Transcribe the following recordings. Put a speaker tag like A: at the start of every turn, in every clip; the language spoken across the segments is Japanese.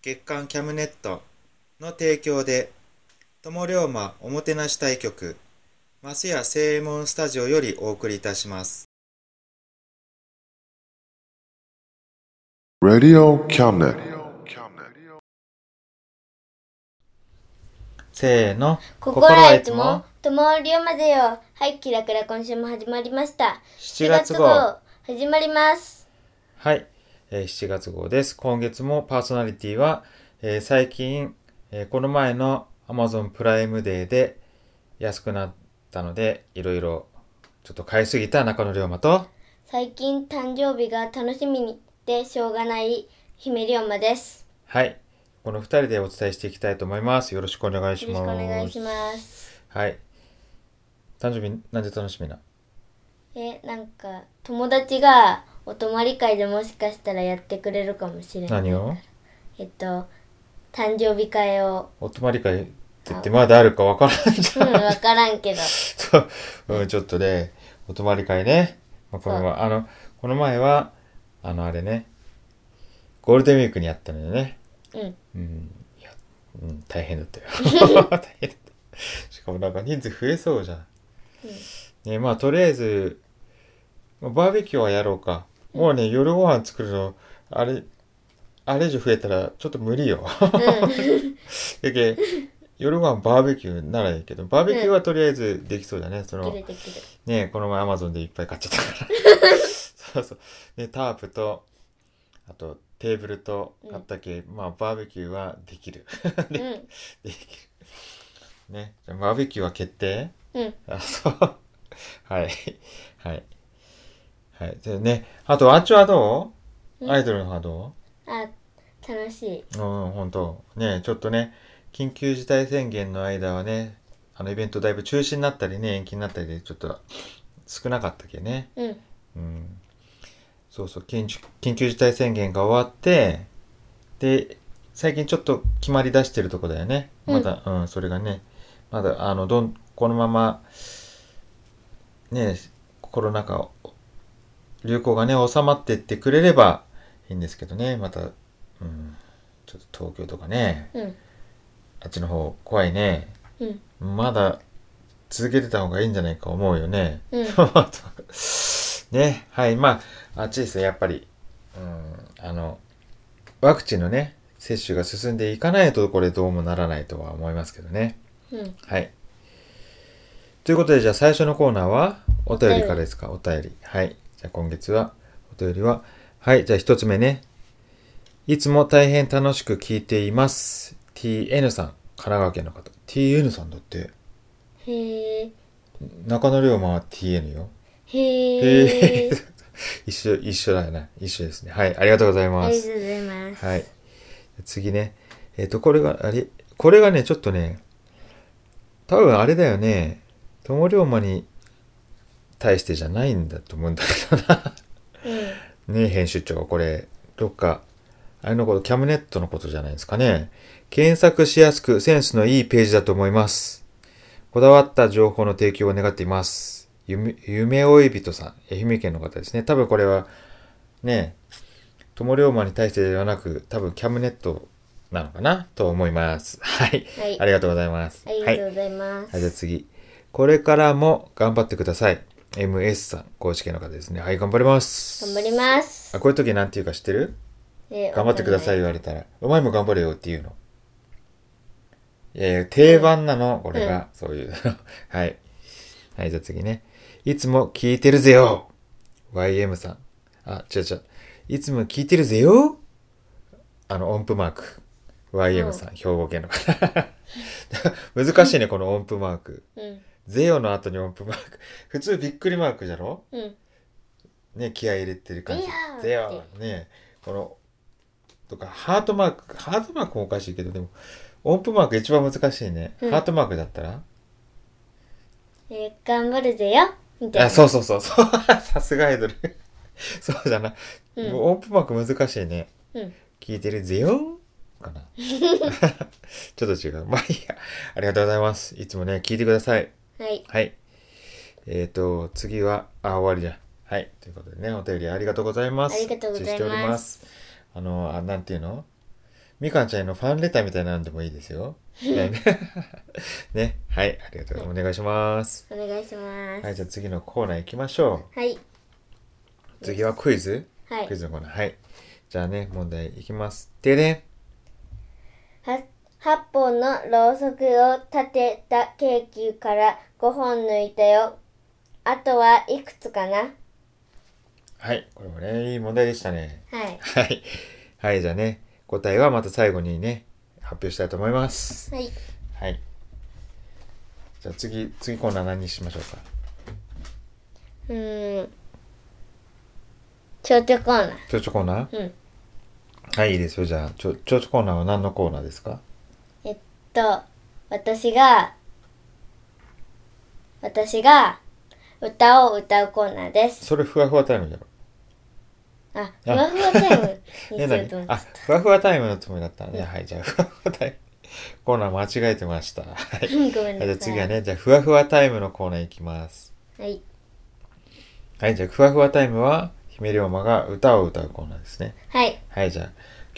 A: 月刊キャムネットの提供で、友龍馬おもてなし対局、マスヤ正右衛門スタジオよりお送りいたします。
B: Radio Cabinet.
A: せーの。
C: 心はいつも友よまでよはいキラキラ今週も始まりました
A: 7月号。
C: 始まります
A: はい、えー7月号です。今月もパーソナリティは、えー最近、えーこの前の Amazon プライムデーで安くなったので、いろいろちょっと買いすぎた中野龍馬と、
C: 最近誕生日が楽しみにでしょうがない姫龍馬です
A: はい、この2人でお伝えしていきたいと思います。よろしくお願いし
C: よろ
A: ます。
C: しくお願いします
A: はい。誕生日なんで楽しみな
C: えなんか友達がお泊まり会でもしかしたらやってくれるかもしれない
A: 何を
C: えっと誕生日会を
A: お泊まり会って言ってまだあるかわからんじ
C: うん
A: ゃん。
C: わからん けど
A: そう、うん、ちょっとね、お泊まり会ね。まあ、これは、あの、この前は、あの、あれね、ゴールデンウィークにやったのよね。
C: うん
A: うん、いや、うん、大変だったよ。大変だった。 しかもなんか人数増えそうじゃん。ね、まあ、とりあえず、まあバーベキューはやろうか。もうね、夜ご飯作るの、あれ、あれ以上増えたらちょっと無理よ。 やけ、夜ご飯バーベキューならいいけど、バーベキューはとりあえずできそうだね。その、
C: 切れてきる
A: ねこの前アマゾンでいっぱい買っちゃったからそうそうでタープとあとテーブルとあったけ、まあバーベキューはできる
C: う
A: で できるねじゃあバーベキューは決定
C: んうん
A: あそう はいはいはいでねあとあっちはどうアイドルの方はど
C: あ楽しいう
A: うん本当ねちょっとね緊急事態宣言の間はねあのイベントだいぶ中止になったりね延期になったりでちょっと少なかったけね
C: うん
A: うんそうそう緊急緊急事態宣言が終わってで最近ちょっと決まり出してるとこだよねまだ、うんそれがねまだあのどんこのままねコロナ禍流行がね収まってってくれればいいんですけどねまた、うん、ちょっと東京とかね
C: うん
A: あっちの方怖いね
C: うん
A: まだ続けてた方がいいんじゃないか思うよね。
C: うん
A: ね、はい、まあ、あっちですね、やっぱり。うん、あの、ワクチンのね、接種が進んでいかないと、これどうもならないとは思いますけどね。
C: うん
A: はい。ということで、じゃあ最初のコーナーは、お便りからですか、お便り。はい。じゃあ今月は、お便りは、はい、じゃあ一つ目ね。いつも大変楽しく聞いています。TN さん、神奈川県の方。TN さんだって、
C: へえ
A: 中野龍馬は TN よ。
C: へえ。
A: 一緒、一緒だよね。一緒ですね。はい、ありがとうござい
C: あ
A: ま
C: りが
A: す。
C: とうござ います。
A: はい。次ね。えっ、と、これが、あれ、これがね、ちょっとね、多分あれだよね。友龍馬に対してじゃないんだと思うんだけどな。ね、編集長がこれ、どっか、あれのこと、キャムネットのことじゃないですかね。検索しやすくセンスのいいページだと思います。こだわった情報の提供を願っています。夢夢追い人さん、愛媛県の方ですね。多分これは、ね、友龍馬に対してではなく、多分キャムネットなのかなと思います。はい。
C: はい
A: ありがとうございます。
C: ありがとうございます。
A: はい、じゃあ次。これからも頑張ってください。MS さん、高知県の方ですね。はい、頑張ります。
C: 頑張ります。
A: あ、こういう時なんて言うか知ってる
C: え
A: 頑張ってください。言われたら。お前も頑張れよって言うの。いやいや定番なの、俺が。そう いう。はい。はい、じゃあ次ね。いつも聞いてるぜよ !YM さん。あ、違う違う。いつも聞いてるぜよあの、音符マーク。YM さん、兵庫県の方。 難しいね、この音符マーク。
C: うん。
A: ゼヨの後に音符マーク。普通びっくりマークじゃろ
C: うん。
A: ね、気合い入れてる感じ。
C: ゼ
A: ゼ
C: ヨー
A: ヨね、この、とか、ハートマーク、ハートマークもおかしいけど、でも、音符マーク一番難しいね。
C: うん
A: ハートマークだったら
C: えー頑張るぜよみたいな。
A: あ、そうそう そう、そう、さすがアイドル。 そうじゃな。
C: うん
A: もう音符マーク難しいね。
C: うん。
A: 聞いてるぜよかな。 ちょっと違う。まあいいや。ありがとうございます。いつもね、聞いてください。
C: はい。
A: はい。えっ、と、次は、あ、終わりじゃん。はい。ということでね、お便りありがとうございます。
C: ありがとうございます
A: お待ちしております。あの、あ、なんていうのみかんちゃんへのファンレターみたいなのでもいいです よ。ね、 ねはい。ありがとうございます。お願いします。
C: お願いしま
A: はい。
C: す。
A: じゃあ次のコーナー行きましょ
C: はい。
A: う。次はクイズ
C: はい
A: クイ。ズのコーナー。はい。じゃあね、問題いきます。ででん。
C: は8本のろうそくを立てたケーキから5本抜いたよ。あとはいくつかな
A: はい。これもね、いい問題でしたね。
C: はい。
A: はい。はい。じゃあね、答えはまた最後にね、発表したいと思います。
C: はい。
A: はい。じゃあ次、次コーナー何にしましょうか。
C: うーん。蝶々コーナー。
A: 蝶々コーナー
C: うん。
A: はい、いいですよ。じゃあ、ちょ蝶々コーナーは何のコーナーですか
C: えっと、私が、私が歌を歌うコーナーです。
A: それふわふわタイムだろ。
C: あ、ふわふわタイムに
A: え、
C: しようと
A: 何
C: 思い
A: あ、
C: ます。
A: ふわふわタイムのつもりだったね。はい、じゃあ、ふわふわタイム。コーナー間違えてました。はい。
C: ごめんなさ
A: じゃ
C: い。
A: あ次は。ね、じゃあ、ふわふわタイムのコーナーいきます。
C: はい。
A: はい、じゃあ、ふわふわタイムは、姫龍馬が歌を歌うコーナーですね。
C: はい。
A: はい、じゃあ、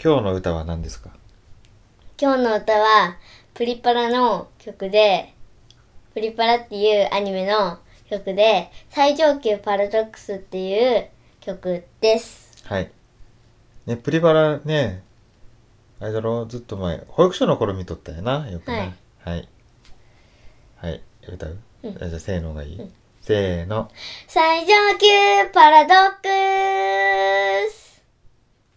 A: 今日の歌は何ですか
C: 今日の歌は、プリパラの曲で、プリパラっていうアニメの曲で、最上級パラドックスっていう曲です。
A: はい。ね、プリバラね、あれだろずっと前、保育所の頃見とったよな、よくね。はい。はい。歌う、あじゃあ、せーのがいい。せーの。
C: 最上級パラドックス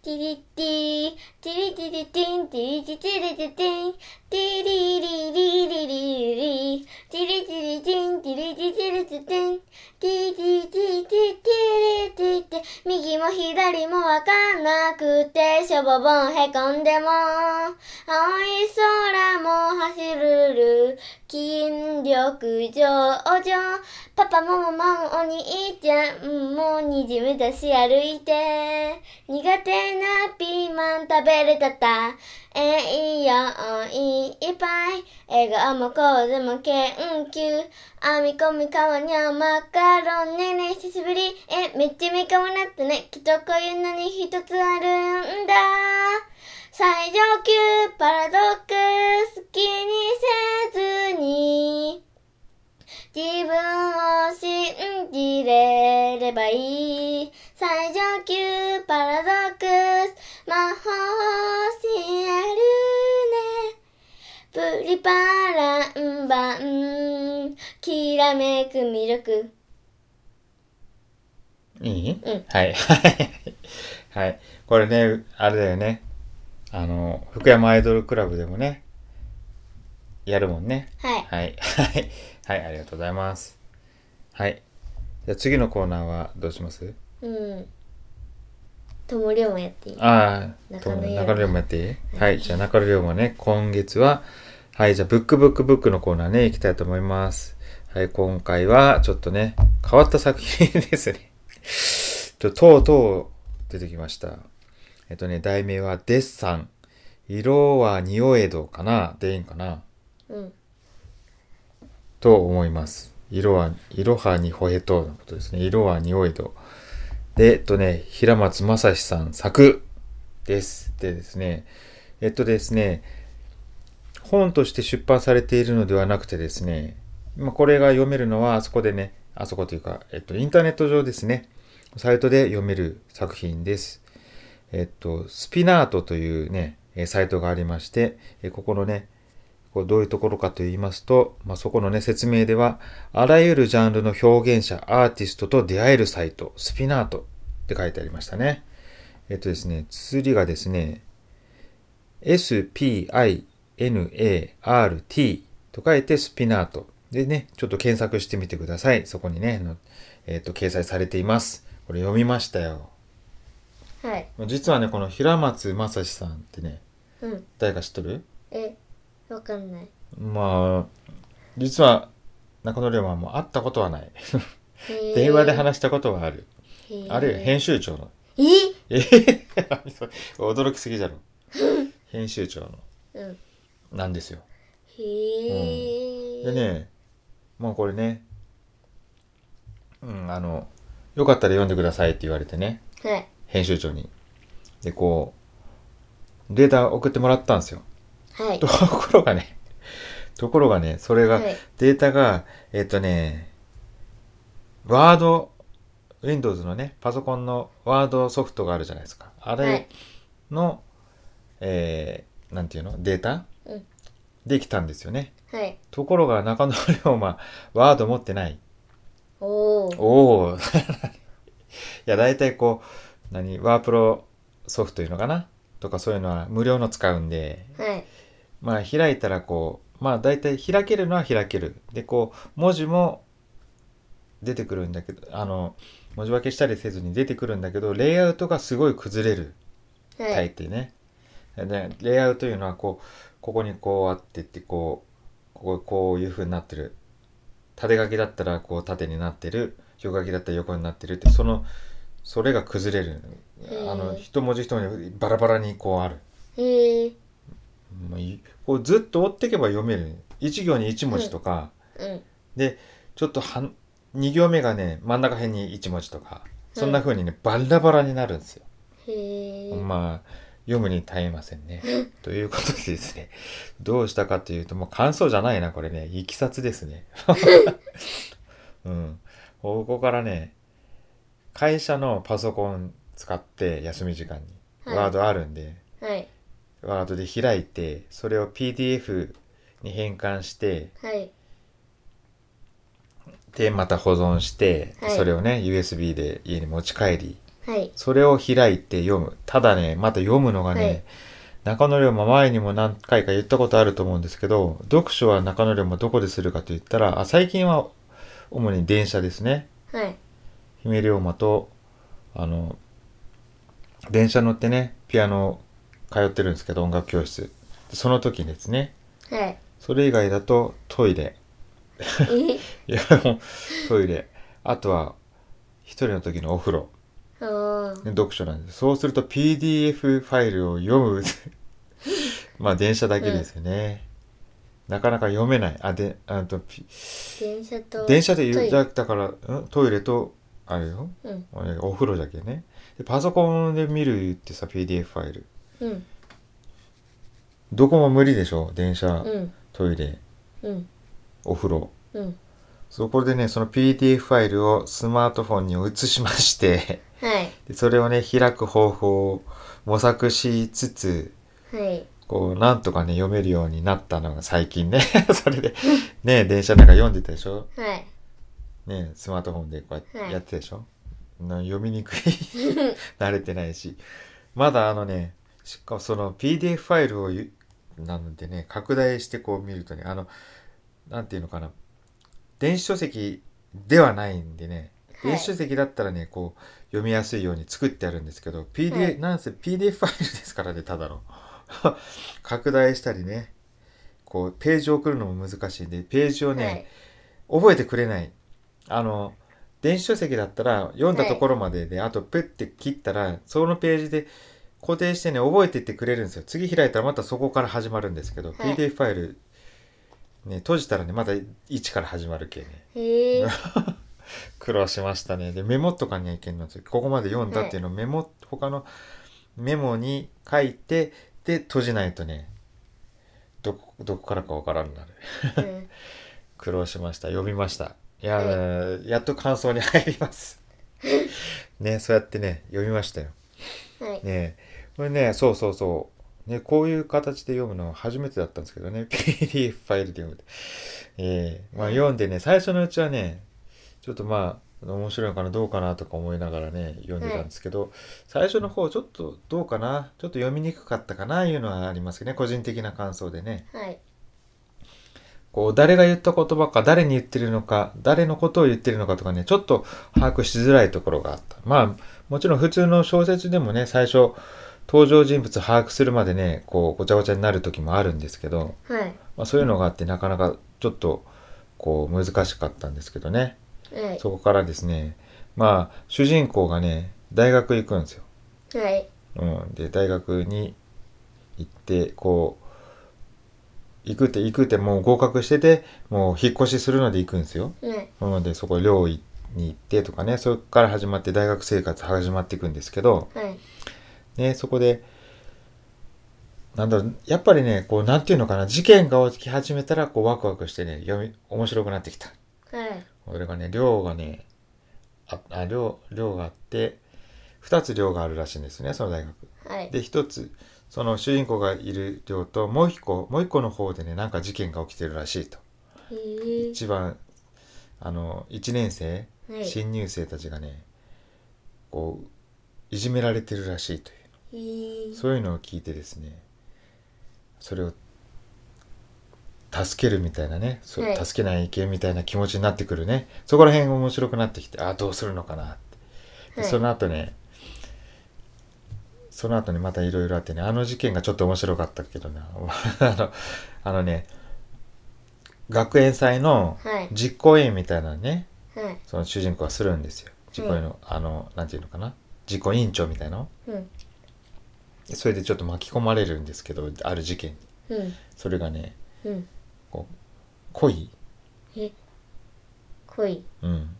C: ティリティティリティリティンティリティティリティティンティリリリリリリリティリティリティンティリティティリティティンティリティティティティリティティ右も左もわかんなくてしょぼぼんへこんでも青い空も走るる筋力上々パパもママもお兄ちゃんもにじむだし歩いて苦手なピーマン食べれたた栄養いっぱい笑顔もこうでも研究編み込みかわにゃマカロンねえねえ久しぶりえめっちゃめかもなってねきっとこういうのに一つあるんだ最上級パラドックス気にせずに自分を信じれればいい。最上級パラドックス、魔法をしてやるね。プリパランバン、きらめく魅力。
A: いい、
C: うん
A: はい。 はい。これね、あれだよね。あの、福山アイドルクラブでもね、やるもんね。
C: はい。
A: はい。はい。 はい、ありがとうございます。はい。じゃあ次のコーナーはどうします
C: うん。ともりょうもやっていい。
A: ああ、中
C: 中野
A: 野
C: 龍
A: 龍
C: 馬
A: 馬やっていいはい、じゃあ中野龍馬ね、今月は、はい、じゃあブックブックブックのコーナーね、行きたいと思います。はい、今回はちょっとね、変 わった作品ですね。ちょっととうとう出てきました。えっとね、題名はデッサン。色は匂えどかなでいいんかな
C: うん。
A: と思います。色は、色はにほへとのことですね。色は匂いと。で、えっとね、平松正史さん作です。でですね、えっとですね、本として出版されているのではなくてですね、まあこれが読めるのはあそこでね、あそこというか、えっと、インターネット上ですね、サイトで読める作品です。えっと、スピナートというね、えーサイトがありまして、えーここのね、こうどういうところかと言いますと、まあ、そこのね、説明では、あらゆるジャンルの表現者、アーティストと出会えるサイト、スピナートって書いてありましたね。えっとですね、綴りがですね、spinart と書いてスピナート。でね、ちょっと検索してみてください。そこにね、のえっと、掲載されています。これ読みましたよ。
C: はい。
A: 実はね、この平松正史さんってね、
C: うん。
A: 誰か知っとる
C: え、わかんない。
A: まあ、実は中野龍馬も会ったことはない。
C: へー
A: 電話で話したことはある。
C: へー
A: あるいは編集長の。
C: え
A: えー 驚きすぎじゃろ。編集長の。
C: うん。
A: なんですよ。
C: へえ、
A: でね、もうこれね、うん、あの、よかったら読んでくださいって言われてね、
C: はい。
A: 編集長に。で、こう、データ送ってもらったんですよ。
C: はい
A: と。ころがね、ところがね、それが、
C: はい
A: データが、えっとね、ワード、Windows のね、パソコンのワードソフトがあるじゃないですか。あ
C: はい
A: れの、えー、なんていうのデータ、
C: うん
A: できたんですよね。
C: はい。
A: ところが中野龍馬、ワード持ってない。
C: おお。
A: おお いや、大体こう、何、ワープロソフトいうのかなとかそういうのは無料の使うんで、
C: はい。
A: まあ開いたらこう、まあ大体開けるのは開ける。で、こう、文字も出てくるんだけど、あの、文字分けしたりせずに出てくるんだけど、レイアウトがすごい崩れる。
C: は
A: 大
C: い。
A: 抵ね。で、レイアウトというのはこう、ここにこうあってって、こう、こここういう風になってる。縦書きだったらこう縦になってる。横書きだったら横になってるって、その、それが崩れる。あ
C: へ
A: の、
C: え
A: 一文字一文字バラバラにこうある。
C: へえ。
A: まあ、いこうずっと追っていけば読める1行に1文字とか、
C: うん。
A: でちょっとはん2行目がね真ん中辺に1文字とかそんな風にね、バラバラになるんですよ。
C: へえ。
A: まあ読むに耐えません ね。ということでですねどうしたかというともう感想じゃないなこれねいきさつです ね。うん、ここからね会社のパソコン使って休み時間に、
C: はい
A: ワードあるんで
C: はい。
A: ワードで開いてそれを PDF に変換して
C: はい。
A: でまた保存して、
C: はい
A: それをね USB で家に持ち帰り
C: はい。
A: それを開いて読むただねまた読むのがね、
C: はい
A: 中野龍馬前にも何回か言ったことあると思うんですけど読書は中野龍馬どこでするかと言ったらあ最近は主に電車ですね
C: はい。
A: 姫龍馬とあの電車乗ってねピアノ通ってるんですけど音楽教室でその時ですね
C: はい。
A: それ以外だとトイレ。
C: え
A: いや、もうトイレ。あとは、一人の時のお風呂。
C: ああ。
A: ね読書なんです。そうすると PDF ファイルを読む。 まあ、電車だけですよね。なかなか読めない。あ、で、あと、ピ
C: 電車と。
A: 電車で言う、
C: トイ
A: だだから、んトイレと、あれよ。
C: レうん。
A: あれお風呂だけね。で、パソコンで見るってさ、PDF ファイル。
C: うん。
A: どこも無理でしょ電車、
C: うん。
A: トイレ、
C: うん。
A: お風呂。
C: うん。
A: そこでね、その PDF ファイルをスマートフォンに移しまして、
C: はい。
A: でそれをね、開く方法を模索しつつ、
C: はい。
A: こう、なんとかね、読めるようになったのが最近ね。それで、ね、電車なんか読んでたでしょ
C: はい。
A: ね、スマートフォンでこうやっ
C: はい
A: てやってたでしょ、な読みにくい。慣れてないし。まだあのね、しかもその PDF ファイルをゆ、なのでね、拡大してこう見るとね、あの、なんていうのかな、電子書籍ではないんでね、
C: はい
A: 電子書籍だったらね、こう、読みやすいように作ってあるんですけど、PDF、
C: はい
A: なんせ PDF ファイルですからね、ただの。 拡大したりね、こう、ページを送るのも難しいんで、ページをね、
C: はい。
A: 覚えてくれないあの電子書籍だったら読んだところまでで、あとプッて切ったらそのページで固定してね覚えてってくれるんですよ次開いたらまたそこから始まるんですけど、
C: はい
A: PDF ファイル、ね、閉じたらねまた1から始まる系ね
C: へえ。
A: 苦労しましたねでメモとかにはいけんのですよここまで読んだっていうのをメモ、他のメモに書いてで閉じないとねどこどこからかわからんなる
C: うん
A: 苦労しました読みましたいやー、やっと感想に入りますねそうやってね読みましたよ
C: は い。
A: ねこれねそうそうそう、ね、こういう形で読むのは初めてだったんですけどね PDF ファイルで読むってえーまあ読んでね最初のうちはねちょっとまあ面白いのかなどうかなとか思いながらね読んでたんですけど、最初の方ちょっとどうかなちょっと読みにくかったかないうのはありますけどね個人的な感想でね、
C: はい。
A: こう誰が言った言葉か誰に言ってるのか誰のことを言ってるのかとかねちょっと把握しづらいところがあったまあもちろん普通の小説でもね最初登場人物把握するまでねこうごちゃごちゃになる時もあるんですけど、
C: はい。
A: まあ、そういうのがあってなかなかちょっとこう難しかったんですけどね
C: はい。
A: そこからですねまあ主人公がね大学行くんですよ
C: はい。
A: うん、で大学に行ってこう行くって行くってもう合格しててもう引っ越しするので行くんですよ。
C: はい。
A: なのでそこ寮に行ってとかねそこから始まって大学生活始まっていくんですけど、
C: はい。
A: ね、そこでなんだろうやっぱりねこうなんていうのかな事件が起き始めたらこうワクワクしてね読み面白くなってきた。
C: はい。
A: 俺がね寮がねああ寮寮があって2つ寮があるらしいんですねその大学。
C: はい。
A: で一つその主人公がいる寮ともう一個もう一個の方でねなんか事件が起きてるらしいと
C: へえ。
A: 一番あの1年生、
C: はい
A: 新入生たちがねこういじめられてるらしいとい
C: へえ
A: う。そういうのを聞いてですねそれを助けるみたいなね、そう
C: はい
A: 助けない意見みたいな気持ちになってくるねそこら辺が面白くなってきてああどうするのかなってで
C: はい
A: その後ねその後にまたいろいろあってねあの事件がちょっと面白かったけどな あのあのね学園祭の
C: はい
A: 実行委員みたいなのね
C: はい。
A: その主人公はするんですよ実行委員の、あのなんていうのかな実行委員長みたいなの
C: うん。
A: それでちょっと巻き込まれるんですけどある事件に
C: うん。
A: それがね
C: うん。
A: こう恋、
C: え。恋。
A: うん、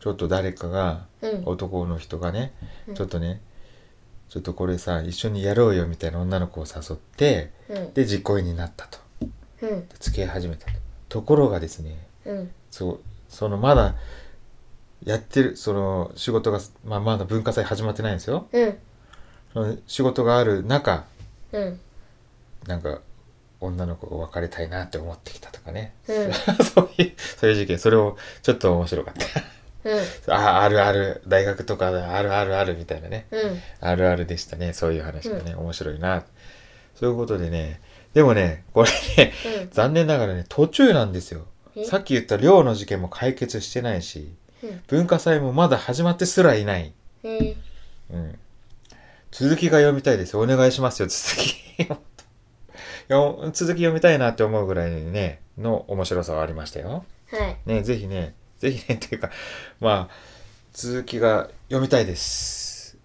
A: ちょっと誰かが
C: うん。
A: 男の人がね、
C: うん
A: ちょっとねちょっとこれさ一緒にやろうよみたいな女の子を誘って
C: うん。
A: で実行委員になったと
C: うん。
A: で付き合い始めたとところがですね
C: うん。
A: そうそのまだやってるその仕事が、まあ、まだ文化祭始まってないんですよ
C: うん。
A: その仕事がある中
C: うん。
A: なんか女の子が別れたいなって思ってきたとかね、
C: うん
A: そういうそういう事件それをちょっと面白かっ
C: うん。
A: たああるある大学とかあるあるあるみたいなね
C: うん。
A: あるあるでしたね。そういう話がね、面白いな。そういうことでね、でもね、これね、
C: うん
A: 残念ながらね、途中なんですよ
C: え。
A: さっき言った寮の事件も解決してないし、
C: うん。
A: 文化祭もまだ始まってすらいない。
C: へえ。
A: うん。続きが読みたいです。お願いしますよ、続き。 本当いや続き読みたいなって思うぐらいにね、の面白さはありましたよ。
C: はい。
A: ね、ぜひね、ぜひね、というか、まあ、続きが読みたいです。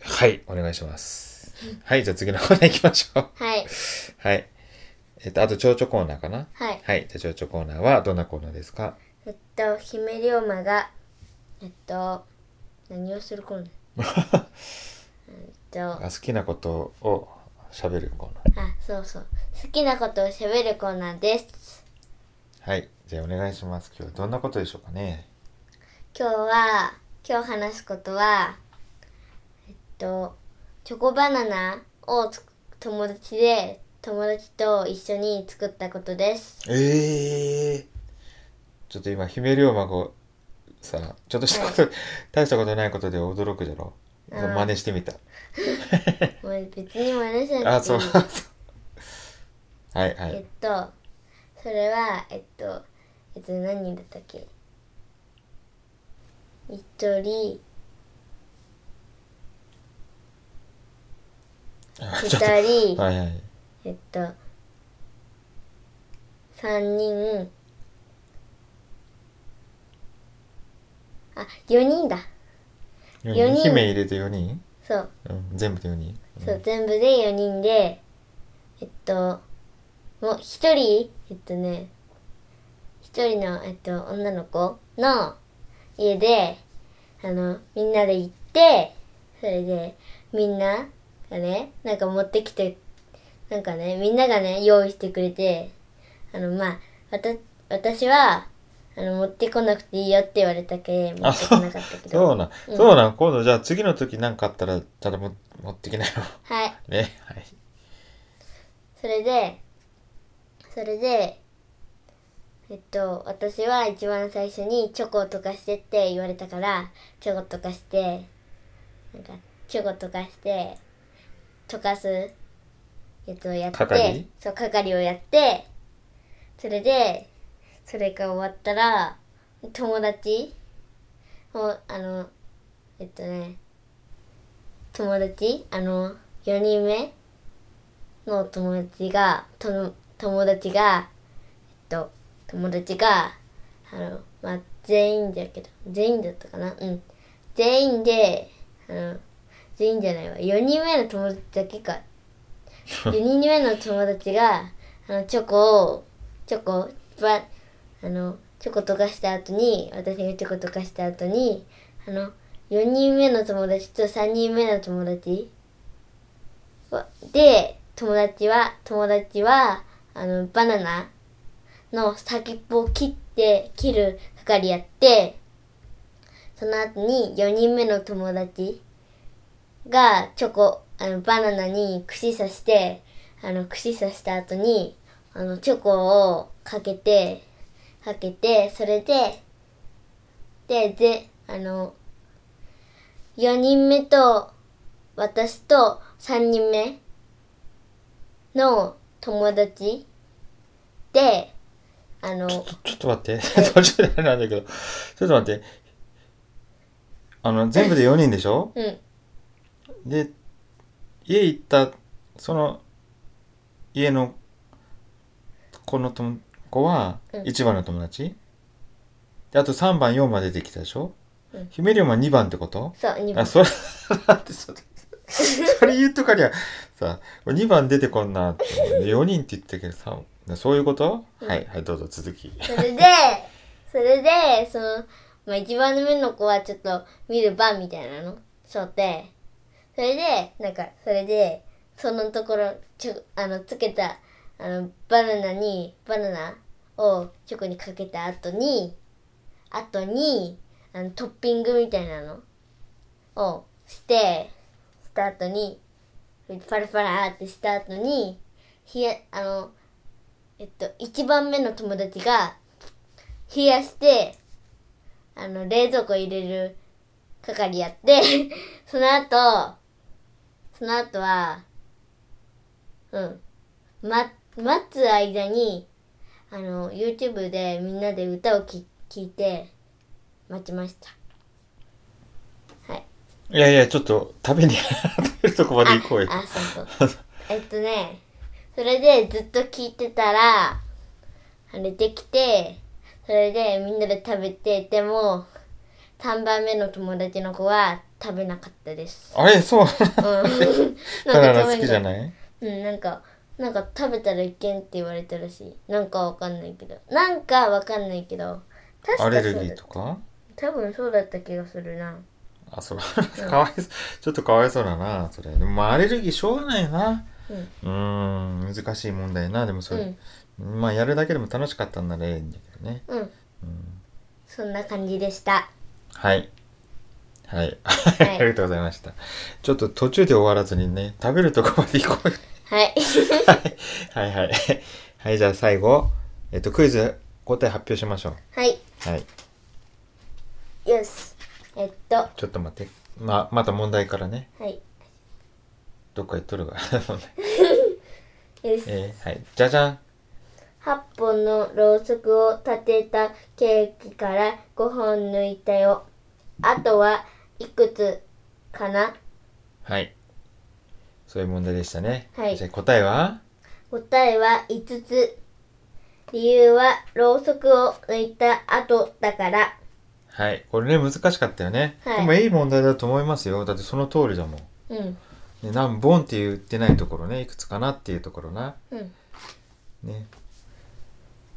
A: はい、お願いします。はい、じゃあ次のコーナー行きましょう。
C: はい。
A: はい。えっと、あと、蝶々コーナーかな。
C: はい。
A: はい、じゃあ蝶々コーナーはどんなコーナーですか
C: えっと、姫龍馬が、えっと、何をするコーナー
A: あ
C: えっと、
A: 好きなことを喋るコーナ
C: あ、そうそう。好きなことを喋るコーナーです。
A: ー。はい、じゃあお願いします。今日はどんなことでしょうかね。
C: 今日は、今日話すことは、えっと、チョコバナナをつく友達で、友達と一緒に作ったことです。
A: ええちょっと今、姫龍馬がさ、ちょっとしたこと、大したことないことで驚くじゃろ。
C: うん
A: 真似してみた。
C: もう別に真似しな
A: あ、
C: くてい
A: そう。
C: い。
A: はいは
C: えっ
A: い。
C: と、それは、えっと、えっと、何だったっけ一人、二
A: ちょっと。
C: 人、
A: はいはい。
C: えっと、三人、あ、四人だ。
A: 四
C: 四
A: 人
C: 人
A: 姫入れて4人
C: そう
A: うん、全部で4人。
C: そう、全部で4人で、えっと、もう1人、えっとね、1人の、えっと、女の子の家で、あの、みんなで行って、それで、みんながね、なんか持ってきて、なんかね、みんながね、用意してくれて、あの、まあ、わた、私は、あの、持ってこなくていいよって言われたけ、持
A: あ
C: ってこなかったけど。
A: そうなん、
C: うん
A: そうなん、今度じゃあ次の時何かあったら、ただも持ってきなよ。
C: はい。
A: ね、はい。
C: それでそれでえっと私は一番最初にチョコを溶かしてって言われたからチョコ溶かしてなんかチョコ溶かして溶かすやつをやって
A: 係
C: そう係をやってそれでそれが終わったら友達をあのえっとね友達あの4人目の友達がとの友達がえっと友達があのまあ全員だけど全員だったかなうん全員であの全員じゃないわ4人目の友達だけか4人目の友達があのチョコをチョコばあのチョコ溶かした後に私がチョコ溶かした後にあの4人目の友達と3人目の友達わで友達は友達はあのバナナの先っぽを切って切る係やってその後に4人目の友達がチョコあのバナナに串刺してあの串刺した後にあのチョコをかけてかけてそれででであの4人目と私と3人目の友達であの
A: ちょっと待って、途中であれなんだけど、ちょっと待って。あの、全部で4人でしょ
C: うん
A: で、家行った、その、家の、このとも子は
C: うん、
A: 1番の友達、で、あと3番、4番出てきたでしょ、
C: うん
A: 姫龍馬2番ってこと
C: そう2
A: あ、
C: 番
A: それ、だってそれ、それ言っとかにゃ、さ、2番出てこんなって、4人って言ったけどさ、そういうこと、
C: うん
A: はい、はい、どうぞ続き。
C: それで、それで、その、まあ、一番目の子はちょっと見る番みたいなのしょって、それで、なんか、それで、そのところ、ちょ、あの、つけた、あの、バナナに、バナナをチョコにかけた後に、後に、あの、トッピングみたいなのをして、した後に、パラパラってした後に、ひや、あの、えっと、一番目の友達が冷やしてあの冷蔵庫入れる係やって その後その後はうんま待つ間にあの YouTube でみんなで歌をき聞いて待ちました
A: いやいや、ちょっと、食べに、食べるとこまで行こうよ。
C: ああそうそうえっとねそれでずっと聞いてたらあれできてそれでみんなで食べてでも3番目の友達の子は食べなかったです
A: あれそう、
C: うんなんか
A: バナナ
C: 食べ
A: 好きじゃ
C: い
A: ない
C: うんなんかなんか食べたらいけんって言われたらしいなんかわかんないけどなんかわかんないけど
A: ア
C: 確かそうだ
A: レルギーとか
C: 多分そうだった気がするな
A: あ、それ、 かわいそう、ちょっとかわいそうだな、それ。でも、まあアレルギーしょうがないな。
C: うん
A: うーん、難しい問題な。でも、それ、まあ、やるだけでも楽しかったんならええんだけどね。
C: うん、うん、そんな感じでした
A: はい。はい。 ありがとうございました。ちょっと途中で終わらずにね、食べるとこまで行こう よ。
C: はい
A: はいはい。はい、じゃあ最後、えっと、クイズ答え発表しましょ
C: はい、
A: う。はい。
C: よし。えっと、は
A: ちょっと待って。まあ、また問題からね。
C: い。
A: どっか行っとるが。問題
C: よし。
A: えー、はい。じゃじゃん。
C: 8本のろうそくを立てたケーキから5本抜いたよ。あとはいくつかな
A: はい。そういう問題でしたね。
C: はい
A: じゃあ答えは
C: 答えは5つ。理由はろうそくを抜いた後だから。
A: はい。これね、難しかったよね。
C: はい
A: でもいい問題だと思いますよ。だってその通りだもん。
C: うん
A: ね、何本って言ってないところねいくつかなっていうところな
C: うん
A: ね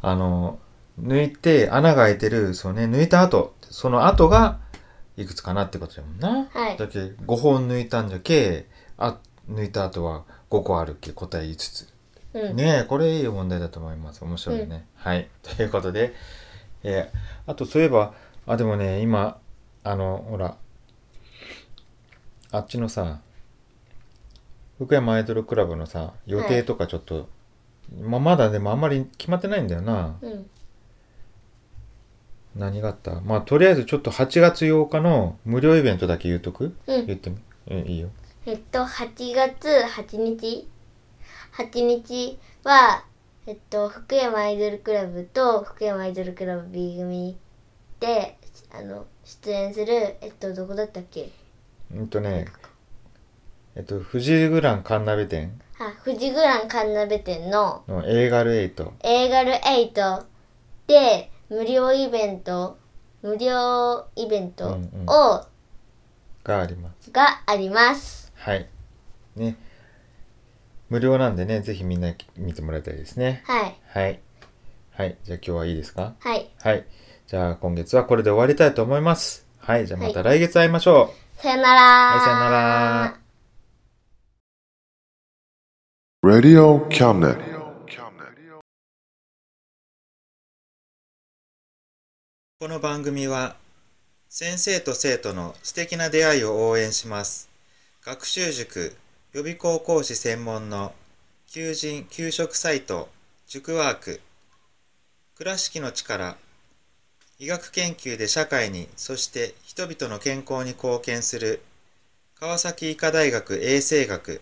A: あの抜いて穴が開いてるそうね抜いた後その後がいくつかなってことだもんな、
C: はい
A: だけ5本抜いたんじゃけあ抜いた後は5個あるけ答え5つ
C: うん
A: ねえこれいい問題だと思います面白いね、はい ということで、えーあとそういえばあでもね今あのほらあっちのさ福山アイドルクラブのさ予定とかちょっと、まあまだでもあんまり決まってないんだよな
C: うん
A: 何があったまあとりあえずちょっと8月8日の無料イベントだけ言うとく、
C: うん
A: 言ってみえいいよ
C: えっと8月8日8日はえっと福山アイドルクラブと福山アイドルクラブ B 組であの出演するえっとどこだったっけ
A: うんとねえっと富士グランカンナベ店
C: あ富士グランカンナベ店の
A: の映画ルエイト
C: 映画ル8で無料イベント無料イベントを、
A: うんうんがあります
C: があります
A: はい。ね。無料なんでね、ぜひみんな見てもらいたいですね。
C: はい
A: はい。はい。じゃあ今日はいいですか
C: はい
A: はい。じゃあ今月はこれで終わりたいと思います。はい。じゃあまた来月会いましょ
C: さよなら
A: う。はい、さよなら。
B: Radio Cabinet. Radio
A: この番組は先生と生徒の素敵な出会いを応援します学習塾予備高校師専門の求人・給食サイト塾ワーク倉敷の力医学研究で社会にそして人々の健康に貢献する川崎医科大学衛生学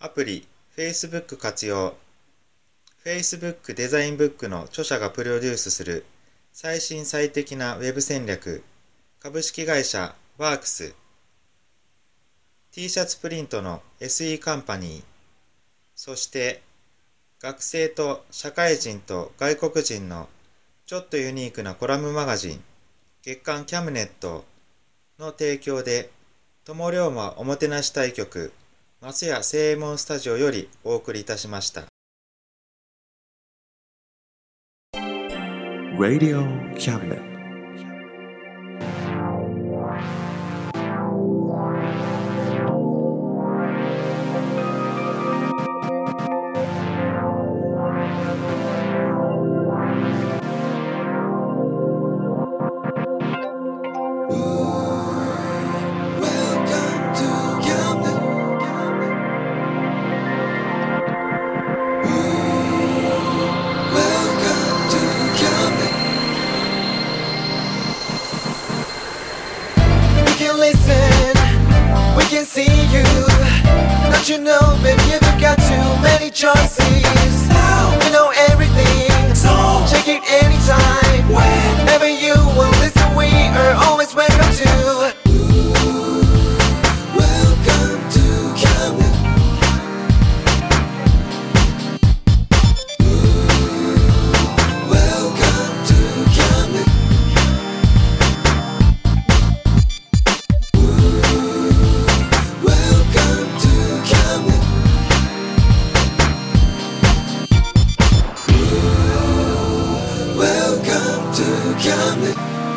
A: アプリ、Facebook 活用。Facebook デザインブックの著者がプロデュースする最新最適なウェブ戦略株式会社ワークス t シャツプリントの SE カンパニーそして学生と社会人と外国人のちょっとユニークなコラムマガジン月刊キャムネットの提供で友龍馬おもてなし対局松屋正右衛門スタジオよりお送りいたしました。
B: Radio Cabinet.
D: We can listen, we can see you. Don't you know, baby, you've got too many choices. We know everything, so check it anytime. Whenever you will listen, we are always welcome to. Welcome to Camden. Welcome to Camden. Welcome to Camden. Welcome to Camden.